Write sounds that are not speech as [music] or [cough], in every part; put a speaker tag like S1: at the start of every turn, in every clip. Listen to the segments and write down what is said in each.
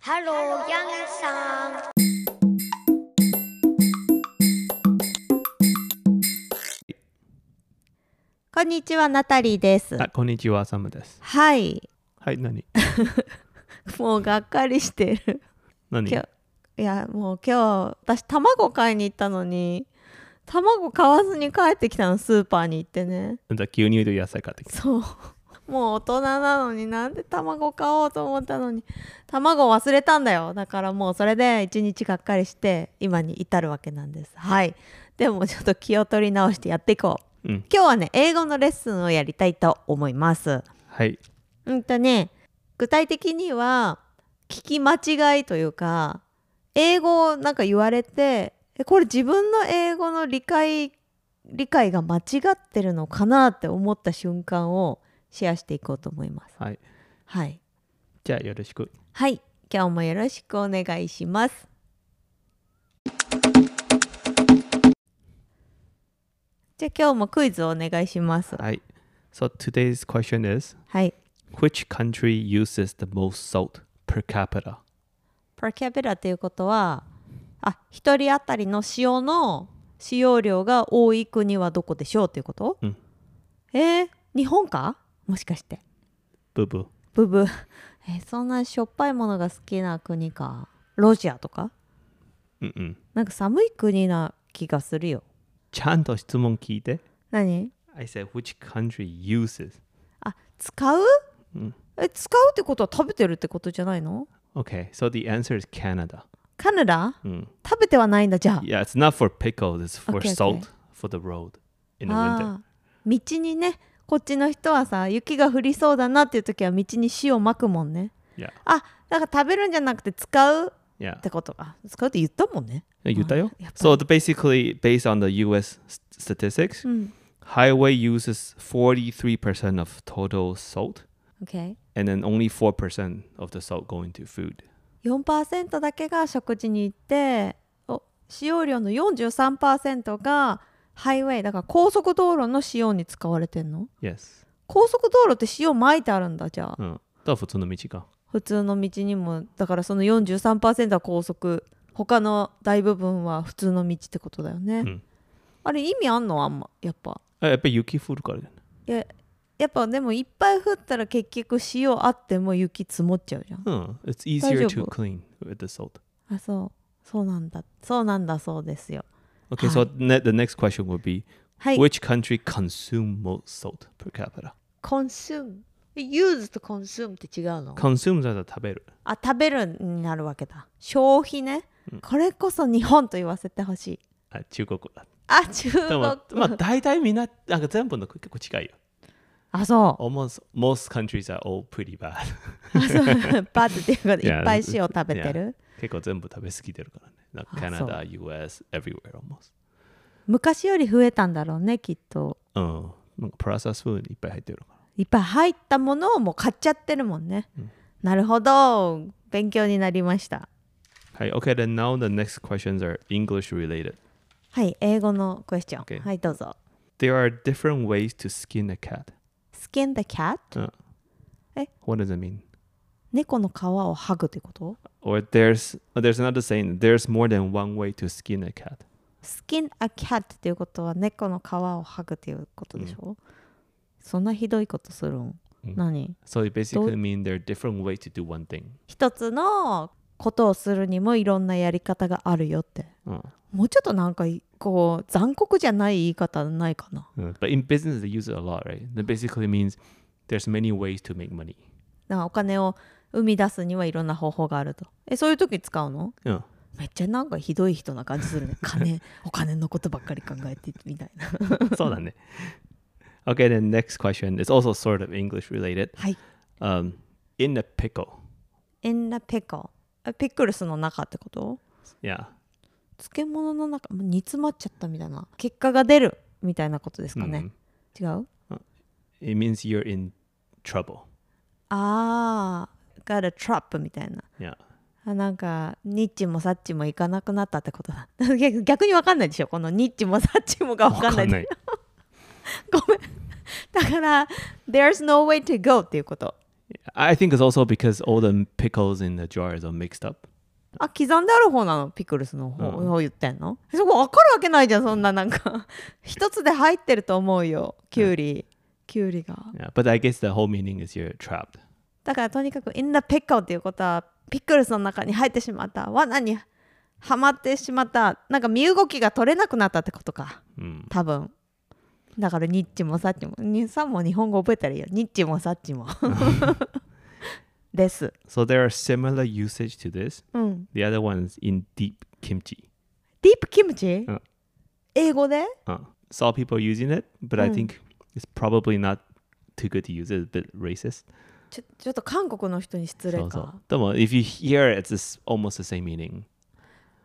S1: ハロー、ヤンさん。
S2: こんにちは、ナタリーです。
S3: あ、こんにちは、サムです。
S2: はい、
S3: はい、何
S2: もうがっかりしてる。
S3: 何
S2: 今日いや、もう今日、私、卵買いに行ったのに、卵買わずに帰ってきたの、スーパーに行ってね。
S3: じゃあ牛乳と野菜買ってきた。
S2: そう。もう大人なのになんで卵買おうと思ったのに卵忘れたんだよだからもうそれで一日がっかりして今に至るわけなんですはいでもちょっと気を取り直してやっていこう
S3: うん。
S2: 今日はね英語のレッスンをやりたいと思います
S3: はい。
S2: うんとね具体的には聞き間違いというか英語をなんか言われてえこれ自分の英語の理解理解が間違ってるのかなって思った瞬間をシェアしていこうと思います。
S3: はい。
S2: はい、
S3: じゃあよろしく。
S2: はい、今日もよろしくお願いします。じゃあ今日もクイズをお願いします。
S3: はい。So today's question is
S2: はい。
S3: Which country uses the most salt per capita?
S2: パキャペラっていうことはあ一人当たりの塩の使用量が多い国はどこでしょうということ、
S3: うん
S2: えー日本かもしかして
S3: ブブ。
S2: ブブ、 [laughs] えーそんなしょっぱいものが好きな国かロシアとか
S3: うんうん。
S2: なんか寒い国な気がするよ
S3: ちゃんと質問聞いて。
S2: 何
S3: I said, which country uses?
S2: あ使う、
S3: うん
S2: え使うってことは食べてるってことじゃないの
S3: Okay, so the answer is Canada.
S2: カナダ
S3: Mm.
S2: 食べてはないんだじゃあ
S3: Yeah, it's not for pickles, it's for
S2: Okay, Ah. okay.
S3: salt for the road in the
S2: あ
S3: winter.
S2: あ道にねこっちの人はさ雪が降りそうだなっていう時は道に塩まくもんね
S3: Yeah,
S2: あだから食べるんじゃなくて使うっ
S3: yeah.
S2: てことか使うって言ったもんね
S3: 言ったよ。
S2: やっぱり。
S3: Uh, So the- basically, based on the U.S. s- statistics,
S2: うん
S3: highway uses 43% of total salt
S2: OK
S3: and then only 4% of the salt going to food
S2: 4%だけが食事に行ってお使用量の43%がハイウェイだから高速道路の塩に使われてんの
S3: yes Uh.
S2: 高速道路って塩まいてあるんだじゃあ
S3: うん。だから普通の道か。
S2: 普通の道にもだからその43%は高速他の大部分は普通の道ってことだよね、
S3: うん
S2: あれ意味あんのあんまやっぱ
S3: Uh, あ、やっぱり雪降るからじゃない。
S2: いややっぱでもいっぱい降ったら結局塩あっても雪積もっちゃうじゃん
S3: うん。It's easier to
S2: 大丈夫。
S3: clean with the salt
S2: あそうそうなんだそうなんだそうですよ
S3: okay so ne- the next question would be
S2: はい
S3: which country consume most salt per capita
S1: consume。use と consume って違うの
S3: consume だと食べる
S2: あ食べるになるわけだ消費ね、これこそ日本と言わせてほしい
S3: Ah, あ、中国だ。
S2: あ中国
S3: でも、まあ、大体みんな、なんか全部の国結構近いよ。
S2: あそう
S3: Almost, most countries are all pretty bad [laughs]
S2: [laughs] バズっていうことで
S3: い
S2: い
S3: や
S2: っぱい塩食べて
S3: い
S2: る
S3: 結構全部食べ過ぎてるからね。なんか
S2: あ、そう。
S3: Canada, US, everywhere almost
S2: 昔より増えたんだろうねきっと
S3: うん。Oh, なんかプラススプーンいっぱい入ってるから。
S2: いっぱい入ったものをもう買っちゃってるもんね、
S3: うん
S2: なるほど勉強になりました
S3: はい。Okay, then now the next questions are English related.
S2: はい英語のクエスチョン、
S3: Okay
S2: はいどうぞ
S3: There are different ways to skin a cat.
S2: skin the cat
S3: うん
S2: え
S3: What does it mean?
S2: 猫の皮を剥ぐってこと
S3: Or there's oh, there's another saying, there's more than one way to skin a cat.
S2: skin a cat っていうことは猫の皮を剥ぐっていうことでしょ、そんなひどいことするん、
S3: うん
S2: 何
S3: So it basically means there are different ways to do one thing.
S2: 一つのことをするにもいろんなやり方があるよってもうちょっとなんかこう残酷じゃない言い方ないかな
S3: But in business they use it a lot, right? That basically means there's many ways to make money.
S2: なんかお金を生み出すにはいろんな方法があるとえそういう時使うの
S3: うん。
S2: めっちゃなんかひどい人な感じするね金お金のことばっかり考えてみたいな
S3: [laughs] そうだね。Okay, then next question is also sort of English related.
S2: はい
S3: Um, in a pickle.
S2: in the pickle あピクルスの中ってこと
S3: Yeah.
S2: 漬物の中もう煮詰まっちゃったみたいな結果が出るみたいなことですかね、違う
S3: Mm-hmm. It means you're in trouble.
S2: あー got a trap みたいな
S3: Yeah.
S2: あなんかニッチもサッチも行かなくなったってことだ [laughs] 逆逆に分かんないでしょこのニッチもサッチもが分かんない
S3: わかんない。
S2: だから there's no way to go っていうこと
S3: [laughs] I think it's also because all the pickles in the jars are mixed up.
S2: あ刻んである方なのピクルスの方
S3: うん
S2: を言ってんのそこ分かるわけないじゃんそんななんか [laughs] 一つで入ってると思うよキュウリキュウリが
S3: Yeah, but I guess the whole meaning is you're trapped.
S2: だからとにかく in the pickle っていうことはピクルスの中に入ってしまった罠にはまってしまったなんか身動きが取れなくなったってことか
S3: Mm.
S2: 多分だからニッチもサッチもニさんも日本語覚えたらいいよニッチもサッチもです、
S3: So there are similar usage to this.
S2: うん、
S3: The other one's in deep kimchi.
S2: ディープキムチ、
S3: うん
S2: 英語で
S3: Uh, saw people using it, but I
S2: Mm.
S3: think it's probably not too good to use. It's a bit racist.
S2: ちょちょっと韓国の人に失礼
S3: So,
S2: か
S3: so. Domo, If you hear it, it's this- almost the same meaning.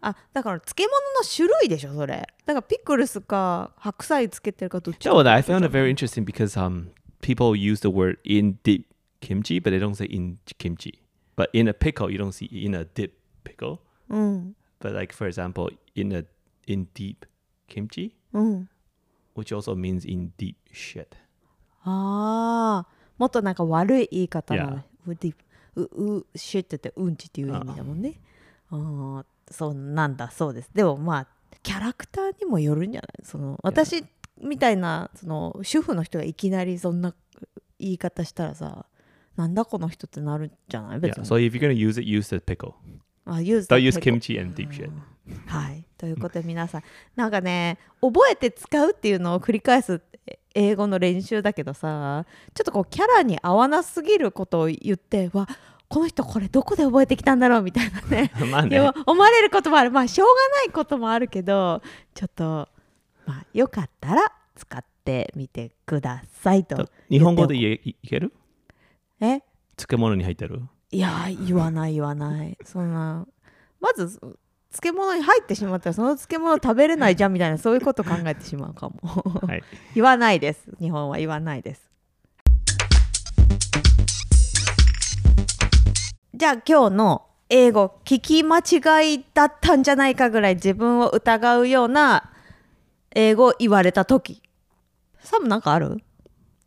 S2: あだから漬物の種類でしょそれだからピクルスか白菜漬けてるか [laughs] どっちか
S3: So I found it very interesting because um, people use the word in deep kimchi, but they don't say in kimchi. But in a pickle, you don't see in a dip pickle.
S2: うん、
S3: But like for example, in a in deep kimchi,
S2: うん、
S3: which also means in deep shit.
S2: ああもっとなんか悪い言い方なのうでううシュって言ってうんちっていう意味だもんねあーそうなんだそうですでもまあキャラクターにもよるんじゃないその私みたいなその主婦の人がいきなりそんな言い方したらさなんだこの人ってなるんじゃない
S3: Yeah.
S2: 別に
S3: So if you're gonna use it, use the pickle.
S2: あ、ユーズ
S3: Don't use kimchi and deep
S2: [laughs]
S3: shit. [laughs]
S2: はい。ということで皆さん、なんかね、覚えて使うっていうのを繰り返す英語の練習だけどさ、ちょっとこうキャラに合わなすぎることを言って、わ、この人これどこで覚えてきたんだろうみたいなね、
S3: まあ
S2: で
S3: ね
S2: も。思われることもある。まあ、しょうがないこともあるけど、ちょっと、まあ、よかったら使ってみてくださいと。
S3: 日本語で言えいいける
S2: え
S3: 漬物に入ってる
S2: いやー言わない言わないそんなまずそ漬物に入ってしまったらその漬物食べれないじゃんみたいなそういうこと考えてしまうかも、
S3: はい。
S2: 言わないです日本は言わないですじゃあ今日の英語聞き間違いだったんじゃないかぐらい自分を疑うような英語を言われた時サムなんかある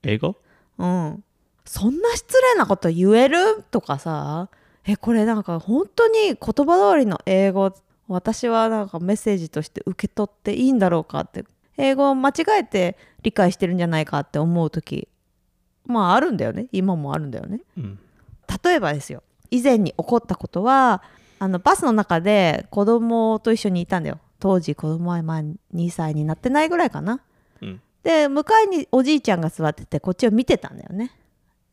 S3: 英語
S2: うん、そんな失礼なこと言えるとかさえこれなんか本当に言葉通りの英語私はなんかメッセージとして受け取っていいんだろうかって英語を間違えて理解してるんじゃないかって思う時まああるんだよね今もあるんだよね
S3: うん。
S2: 例えばですよ以前に起こったことはあのバスの中で子供と一緒にいたんだよ当時子供はまあ2歳になってないぐらいかな
S3: うん。
S2: で向かいにおじいちゃんが座っててこっちを見てたんだよね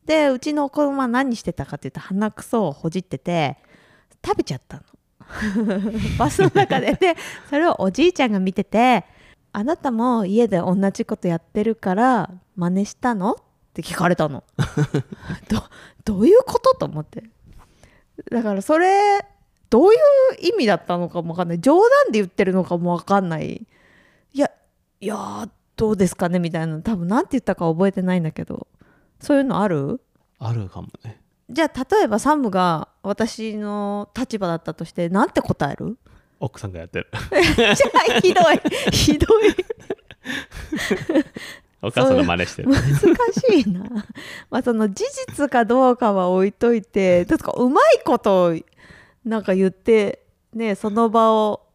S2: でうちの子供は何してたかっていうと鼻くそをほじってて食べちゃったの [laughs] バスの中ででそれをおじいちゃんが見てて「あなたも家で同じことやってるから真似したの?」って聞かれたのどどういうことと思ってだからそれどういう意味だったのかもわかんない冗談で言ってるのかもわかんないいやいやーどうですかねみたいな多分なんて言ったか覚えてないんだけどそういうのある
S3: あるかもね。
S2: じゃあ例えばサムが私の立場だったとしてなんて答える [laughs]
S3: 奥さんがやってる。
S2: じゃあひどいひどい
S3: お母さんが真似してる。
S2: [laughs] 難しいな [laughs] まあその事実かどうかは置いといてとかうまいことをなんか言ってねその場を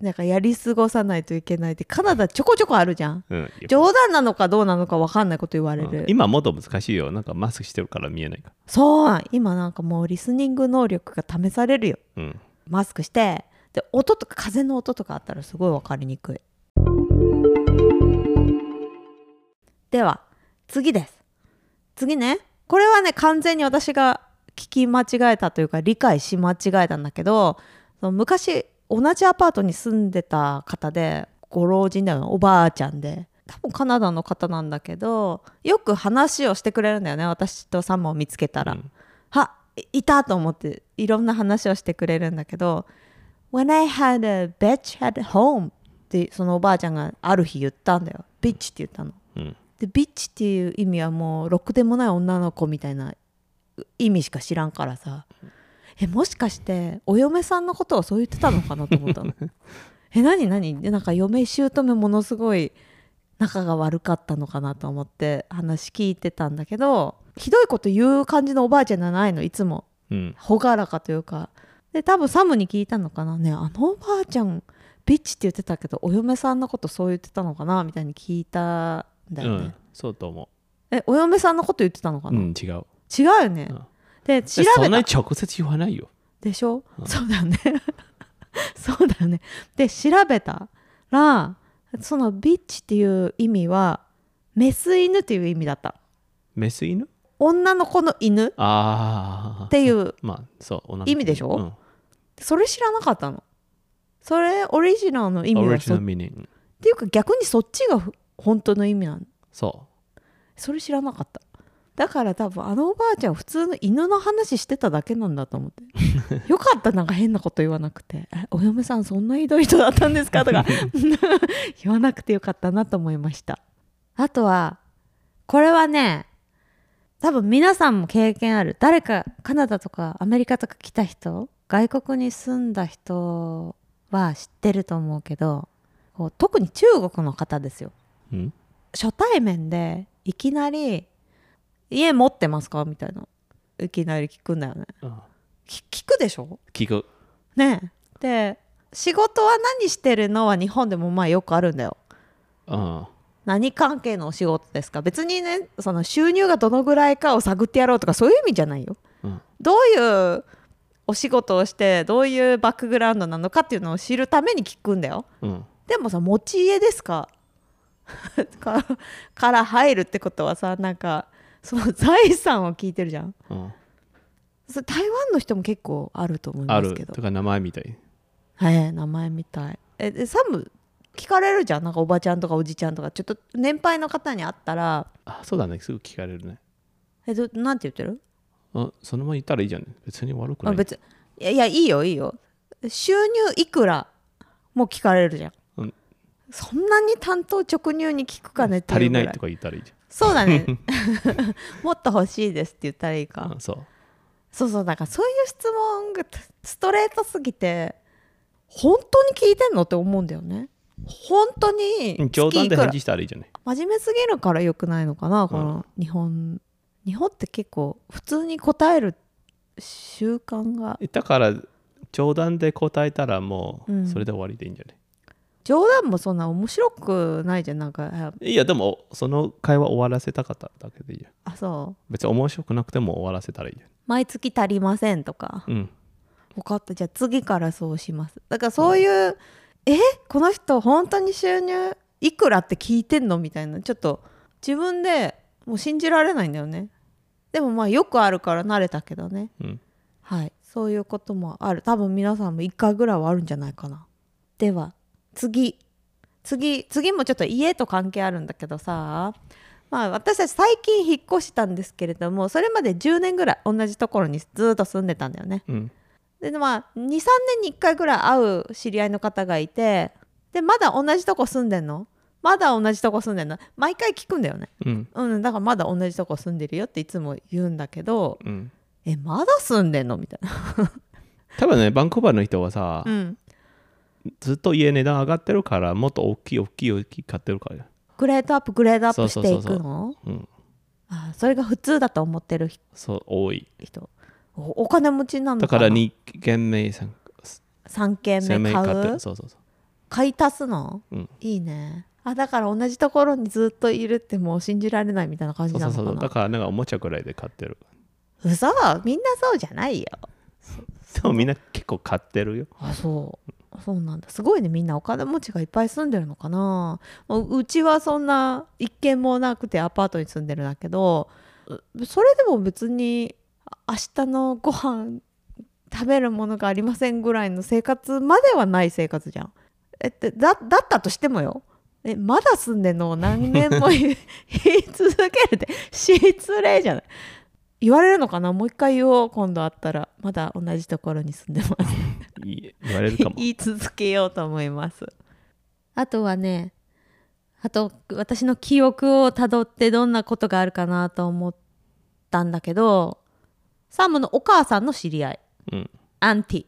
S2: なんかやり過ごさないといけないってカナダちょこちょこあるじゃん
S3: うん
S2: 冗談なのかどうなのか分かんないこと言われ
S3: うん
S2: る
S3: 今もっと難しいよ。なんかマスクしてるから見えないか
S2: そう今なんかもうリスニング能力が試されるよ
S3: ら。うん。
S2: マスクしてで音とか風の音とかあったらすごい分かりにくいでは次です次ねこれはね完全に私が聞き間違えたというか理解し間違えたんだけどその昔同じアパートに住んでた方でご老人だよねおばあちゃんで多分カナダの方なんだけどよく話をしてくれるんだよね私とサムを見つけたら、
S3: うん
S2: は、いいたと思っていろんな話をしてくれるんだけど「When I had a bitch at home」ってそのおばあちゃんがある日言ったんだよ「ビッチ」って言ったの。
S3: うん。
S2: でビッチっていう意味はもうろくでもない女の子みたいな意味しか知らんからさえもしかしてお嫁さんのことをそう言ってたのかなと思っ
S3: [laughs]
S2: たのえ何何でなんか嫁姑ものすごい仲が悪かったのかなと思って話聞いてたんだけどひどいこと言う感じのおばあちゃんじゃないのいつも
S3: うん。
S2: 朗らかというかで多分サムに聞いたのかなねあのおばあちゃんビッチって言ってたけどお嫁さんのことそう言ってたのかなみたいに聞いたんだ
S3: う
S2: よね、
S3: ん。そうと思
S2: えお嫁さんのこと言ってたのか
S3: う。う
S2: な、
S3: ん、違う。
S2: 違うよね、
S3: うん
S2: で調
S3: そ
S2: べ
S3: んな
S2: た
S3: に直接言わないよ。
S2: でしょ、
S3: うん
S2: そうだよね [laughs] そうだよねで調べたらそのビッチっていう意味はメス犬っていう意味だった
S3: メス犬
S2: 女の子の犬
S3: ああ。
S2: っていう
S3: まあ、そう。女の子
S2: 意味でしょ
S3: うん
S2: それ知らなかったのそれオリジナルの意味
S3: オ
S2: は
S3: リジ
S2: そ
S3: ナ
S2: っ
S3: ルミニング。
S2: ていうか逆にそっちがふ本当の意味なの
S3: そ
S2: それ知らなかっただから多分あのおばあちゃん普通の犬の話してただけなんだと思ってよかったなんか変なこと言わなくてえ「お嫁さんそんなひどい人だったんですか?」とか言わなくてよかったなと思いましたあとはこれはね多分皆さんも経験ある誰かカナダとかアメリカとか来た人外国に住んだ人は知ってると思うけどこう特に中国の方ですよ
S3: う。うん。
S2: 初対面でいきなり「家持ってますか?」みたいないきなり聞くんだよね
S3: うん
S2: き聞くでしょ
S3: 聞く。
S2: ねえで仕事は何してるのは日本でもまあよくあるんだよ
S3: うん。
S2: 何関係のお仕事ですか別にねその収入がどのぐらいかを探ってやろうとかそういう意味じゃないよ
S3: うん。
S2: どういうお仕事をしてどういうバックグラウンドなのかっていうのを知るために聞くんだよ
S3: うん。
S2: でもさ持ち家ですか [laughs] かから入るってことはさなんかその財産を聞いてるじゃん
S3: うん。
S2: それ台湾の人も結構あると思い
S3: あ
S2: ます
S3: る。
S2: けど
S3: とか名前みたい。
S2: はい、名前みたいえでサム聞かれるじゃんなんかおばちゃんとかおじちゃんとかちょっと年配の方に会ったら
S3: あ、そうだね。すぐ聞かれるね。
S2: えどなんて言ってる
S3: あそのまま言ったらいいじゃん。別に悪くな
S2: あ
S3: い。
S2: 別いやいやいいよいいよ収入いくらも聞かれるじゃん、
S3: うん
S2: そんなに担当直入に聞くかねって
S3: 足
S2: いう
S3: り
S2: ぐら
S3: ないいとか言ったらいいじ
S2: そう
S3: [laughs]
S2: だねもっと欲しいですって言ったらいい
S3: ゃん。
S2: か
S3: うんそう。
S2: そうそうだからそういう質問がたストレートすぎて本当に聞いてんのって思うんだよね本当
S3: う
S2: に
S3: ん冗談で
S2: 月いく
S3: 返
S2: ら
S3: 事したらいいじゃない。
S2: 真面目すぎるから良くないのかなこの日本日本って結構普通に答える習慣が
S3: だから、冗談で答えたらも
S2: う
S3: う、
S2: ん
S3: それで終わりでいいんじゃない、
S2: 冗談もそんな面白くないじゃんなんかあ
S3: いや、でも、その会話終わらせたかっただけでいいじゃん。
S2: あそう
S3: 別に面白くなくても終わらせたらいいじ
S2: 毎月足りませんとか
S3: ゃん。うん。
S2: 分かったじゃあ次からそうしますだからそういう、えこの人本当に収入いくらって聞いてんのみたいなちょっと自分でもう信じられないんだよねでもまあよくあるから慣れたけどね
S3: うん。
S2: はいそういうこともある多分皆さんも1回ぐらいはあるんじゃないかなでは次次次もちょっと家と関係あるんだけどさまあ私たち最近引っ越したんですけれどもそれまで10年ぐらい同じところにずっと住んでたんだよね
S3: うん。
S2: でまあ23年に1回ぐらい会う知り合いの方がいてでまだ同じとこ住んでんのまだ同じとこ住んでんの毎回聞くんだよね
S3: うん。
S2: うんだからまだ同じとこ住んでるよっていつも言うんだけど
S3: うん。
S2: えまだ住んでんのみたいな
S3: 多分ね、バンクーバーの人はさ、
S2: うん
S3: ずっと家値段上がってるから、もっと大きい、大きい、大きい買ってるから。
S2: グレードアップグレードアップし
S3: そう
S2: て
S3: そ
S2: いうく
S3: そうそう
S2: の
S3: うん。
S2: あそれが普通だと思ってる
S3: そう、多い。
S2: 人おお金持ちなの
S3: だか
S2: かな
S3: ら2軒目、3
S2: 3軒
S3: 軒
S2: 目
S3: 目
S2: 買
S3: 買
S2: う
S3: ってる。そうそうそう。
S2: 買い足すの、
S3: うん
S2: いいねあだから同じところにずっといるってもう信じられないみたいな感じ
S3: そう
S2: な
S3: そ
S2: の
S3: う
S2: かな
S3: そう。だから、なんかおもちゃぐらいで買ってる。
S2: 嘘みんなそうじゃないよ
S3: でもみんな結構買ってるよ。
S2: あそうそうなんだすごいねみんなお金持ちがいっぱい住んでるのかなううちはそんな一軒もなくてアパートに住んでるんだけどうそれでも別にあ明日のご飯食べるものがありませんぐらいの生活まではない生活じゃんえってだだったとしてもよえまだ住んでんのを何年も言い [laughs] 言い続けるって失礼じゃない言われるのかなもう一回言おう今度会ったらまだ同じところに住んでます
S3: いい言われるかも。
S2: [laughs] 言い続けようと思いますあとはねあと私の記憶をたどってどんなことがあるかなと思ったんだけどサムのお母さんの知り合い
S3: うん。
S2: アンティ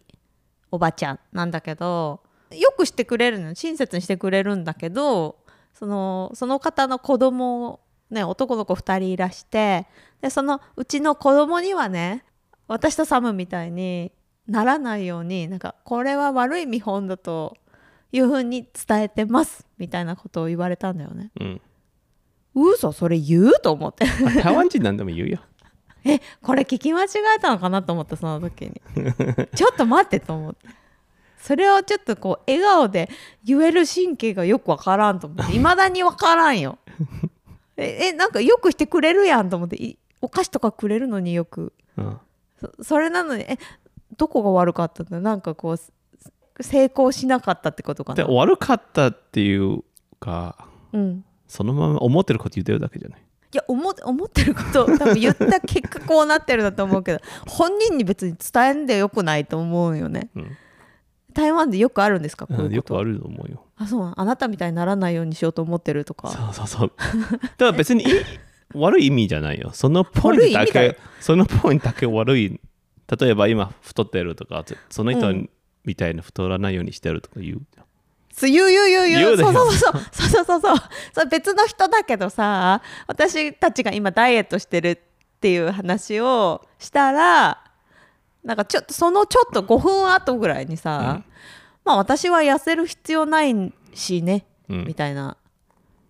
S2: おばちゃんなんだけどよくしてくれるのよ親切にしてくれるんだけどそのその方の子供ね、男の子2人いらしてでそのうちの子供にはね私とサムみたいにならないようになんかこれは悪い見本だというふうに伝えてますみたいなことを言われたんだよね。
S3: うん。
S2: 嘘それ言うと思って
S3: まあ台湾人なんでも言うよ。
S2: えこれ聞き間違えたのかなと思ったその時に [laughs] ちょっと待ってと思ってそれをちょっとこう笑顔で言える神経がよくわからんと思っていまだにわからんよええなんかよくしてくれるやんと思っていお菓子とかくれるのによく
S3: うん。
S2: そそれなのにえどこが悪かったんだなんかこうす成功しなかったってことか
S3: で
S2: な
S3: 悪かったっていうか、
S2: うん
S3: そのまま思ってること言ってるだけじゃない。
S2: いや思思ってること多分言った結果こうなってるんだと思うけど [laughs] 本人に別に伝えんでよくないと思うよね
S3: うん
S2: 台湾でよくあるんですかこ
S3: う
S2: う
S3: ん。
S2: いう
S3: よ
S2: こと
S3: くあると思うよ。
S2: あそうなのあなたみたいにならないようにしようと思ってるとか
S3: そうそうそう。だから別
S2: [laughs]
S3: にいい悪い意味じゃないよ。そのポイントだ
S2: 悪い意味だよ
S3: け、そのポイントだけ悪い。例えば今太ってるとか、つその人
S2: うん
S3: みたいな太らないようにしてるとか言う。
S2: そう言う言う言う言
S3: 言
S2: う
S3: うだ
S2: そう
S3: よ
S2: そうそうそうそうそうそうそれ別の人だけどさ私たちが今ダイエットしてるっていう話をしたらなんかちょっとそのちょっと5分後ぐらいにさ、まあ私は痩せる必要ないしね
S3: うん
S2: みたいな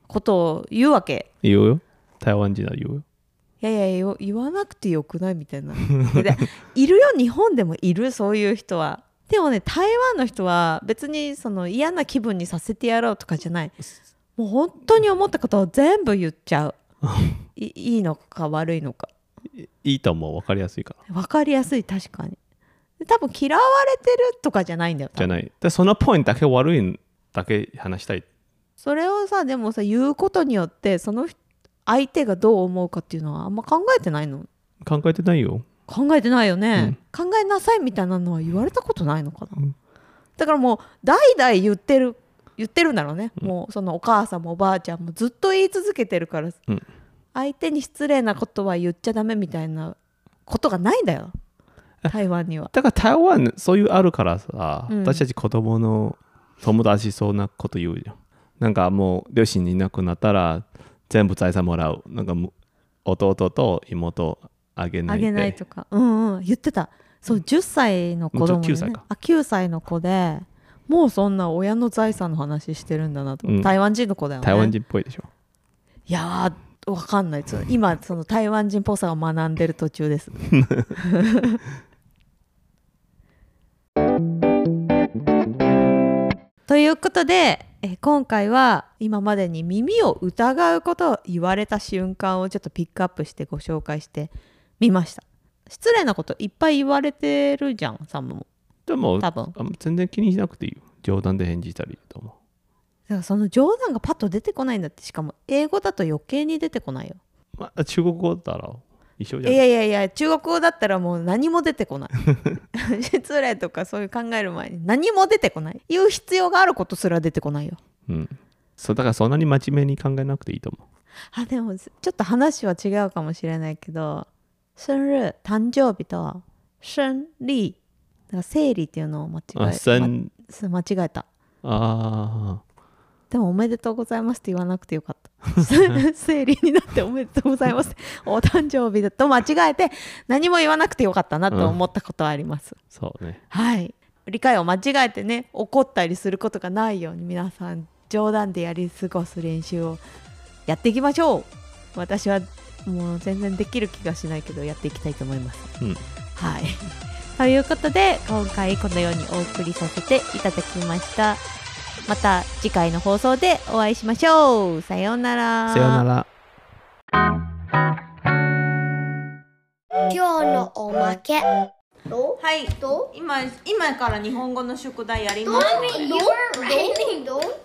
S2: ことを言うわけ。
S3: 言うよ。台湾人は言うよ。
S2: いやいや言わ言わなくてよくないみた
S3: [laughs]
S2: いなでいるよ日本でもいるそういう人はでもね台湾の人は別にその嫌な気分にさせてやろうとかじゃないもう本当に思ったことを全部言っち
S3: [laughs]
S2: ゃういいいのか悪いのか
S3: いいと思う。わかりやすいから。
S2: 分かりやすい確かにで多分嫌われてるとかじゃないんだよ多
S3: じゃ
S2: 分
S3: ない。で、そのポイントだけ悪いだけ話したい。
S2: それをさでもさ言うことによってその人相手がどう思うかっていうのはあんま考えてないの
S3: 考えてないよ。
S2: 考えてないよね、考えなさいみたいなのは言われたことないのかな、
S3: うん
S2: だからもう代々言ってる言ってるんだろうね、もうそのお母さんもおばあちゃんもずっと言い続けてるから、
S3: うん
S2: 相手に失礼なことは言っちゃダメみたいなことがないんだよ台湾には
S3: だから台湾、そういうあるからさ、
S2: うん
S3: 私たち子供の友達そうなこと言うじゃん。なんかもう、両親いなくなったら、全部財産もらう。なんかもう、弟と妹あげな
S2: あ
S3: いで。
S2: げないとかうんうん言ってたそう10歳の子供で、ね、
S3: うんちょ9歳か
S2: あ9歳の子でもうそんな親の財産の話してるんだなと思って、
S3: うん
S2: 台湾人の子だよね
S3: 台湾人っぽいでしょ。
S2: いやーわかんないその今その台湾人っぽさを学んでる途中です [laughs] ということでえ今回は今までに耳を疑うことを言われた瞬間をちょっとピックアップしてご紹介してみました失礼なこといっぱい言われてるじゃんサムも
S3: でも、
S2: 多分
S3: あ全然気にしなくていいよ。冗談で返事したりと思
S2: だからその冗談がパッと出てこないんだってしかも英語だと余計に出てこないよ
S3: う。まあ、中国語だろう。一緒じゃ
S2: い
S3: ん。
S2: やいやいや中国語だったらもう何も出て [laughs] こない失礼とかそういう考える前に何も出てこない言う必要があることすら出てこないよ
S3: うん。そう、だからそんなに真面目に考えなくていいと思
S2: あでもちょっと話は違うかもしれないけど生日誕生日と生理だから生理っていうのを間違え
S3: う。あ、せん、
S2: ま間違えた
S3: ああ。
S2: でもおめでとうございますって言わなくてよかった。 [laughs] せ生理になっておめでとうございます。お誕生日だと間違えて何も言わなくてよかったなと思ったことはあります。
S3: そうね。
S2: はい。理解を間違えてね怒ったりすることがないように皆さん冗談でやり過ごす練習をやっていきましょう私はもう全然できる気がしないけどやっていきたいと思います、
S3: うん
S2: はい [laughs] ということで今回このようにお送りさせていただきましたまた次回の放送でお会いしましょうさようなら
S3: さよなら。
S4: 今日のおまけ。ど
S2: はい
S4: ど
S2: 今今から日本語の宿題やり
S4: どどど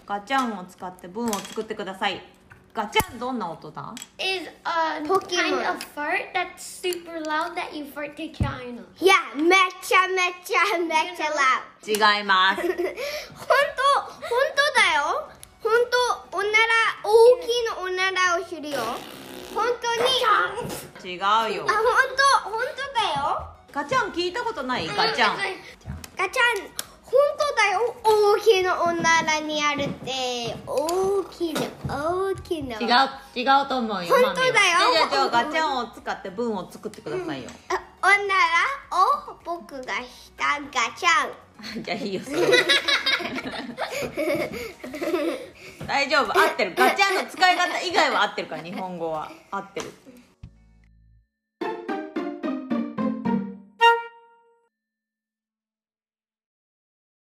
S2: ガチャンを使って文を作ってくださいガチャンどんな音だ
S5: is a kind of fart that's super loud that you fart to China.
S4: Yeah, めちゃめちゃめちゃラ
S2: 違います
S4: ブ。 [laughs] 本当本当だよ。本当おなら大きいのおならをするよ。本当に。あ本
S2: 違うよ
S4: 当本当だよ。
S2: ガチャン聞いたことないガチャ
S4: ガチャン
S2: ン
S4: 本当だよ大きいきなおならにあるって大きな大きな
S2: 違う違うと思うよ
S4: 本当だよ
S2: マミはじゃあじゃあガチャンを使って文を作ってくださいよ、
S4: あおならを僕がしたガチャン
S2: じゃあいいよそれ大丈夫合ってるガチャンの使い方以外は合ってるから日本語は合ってる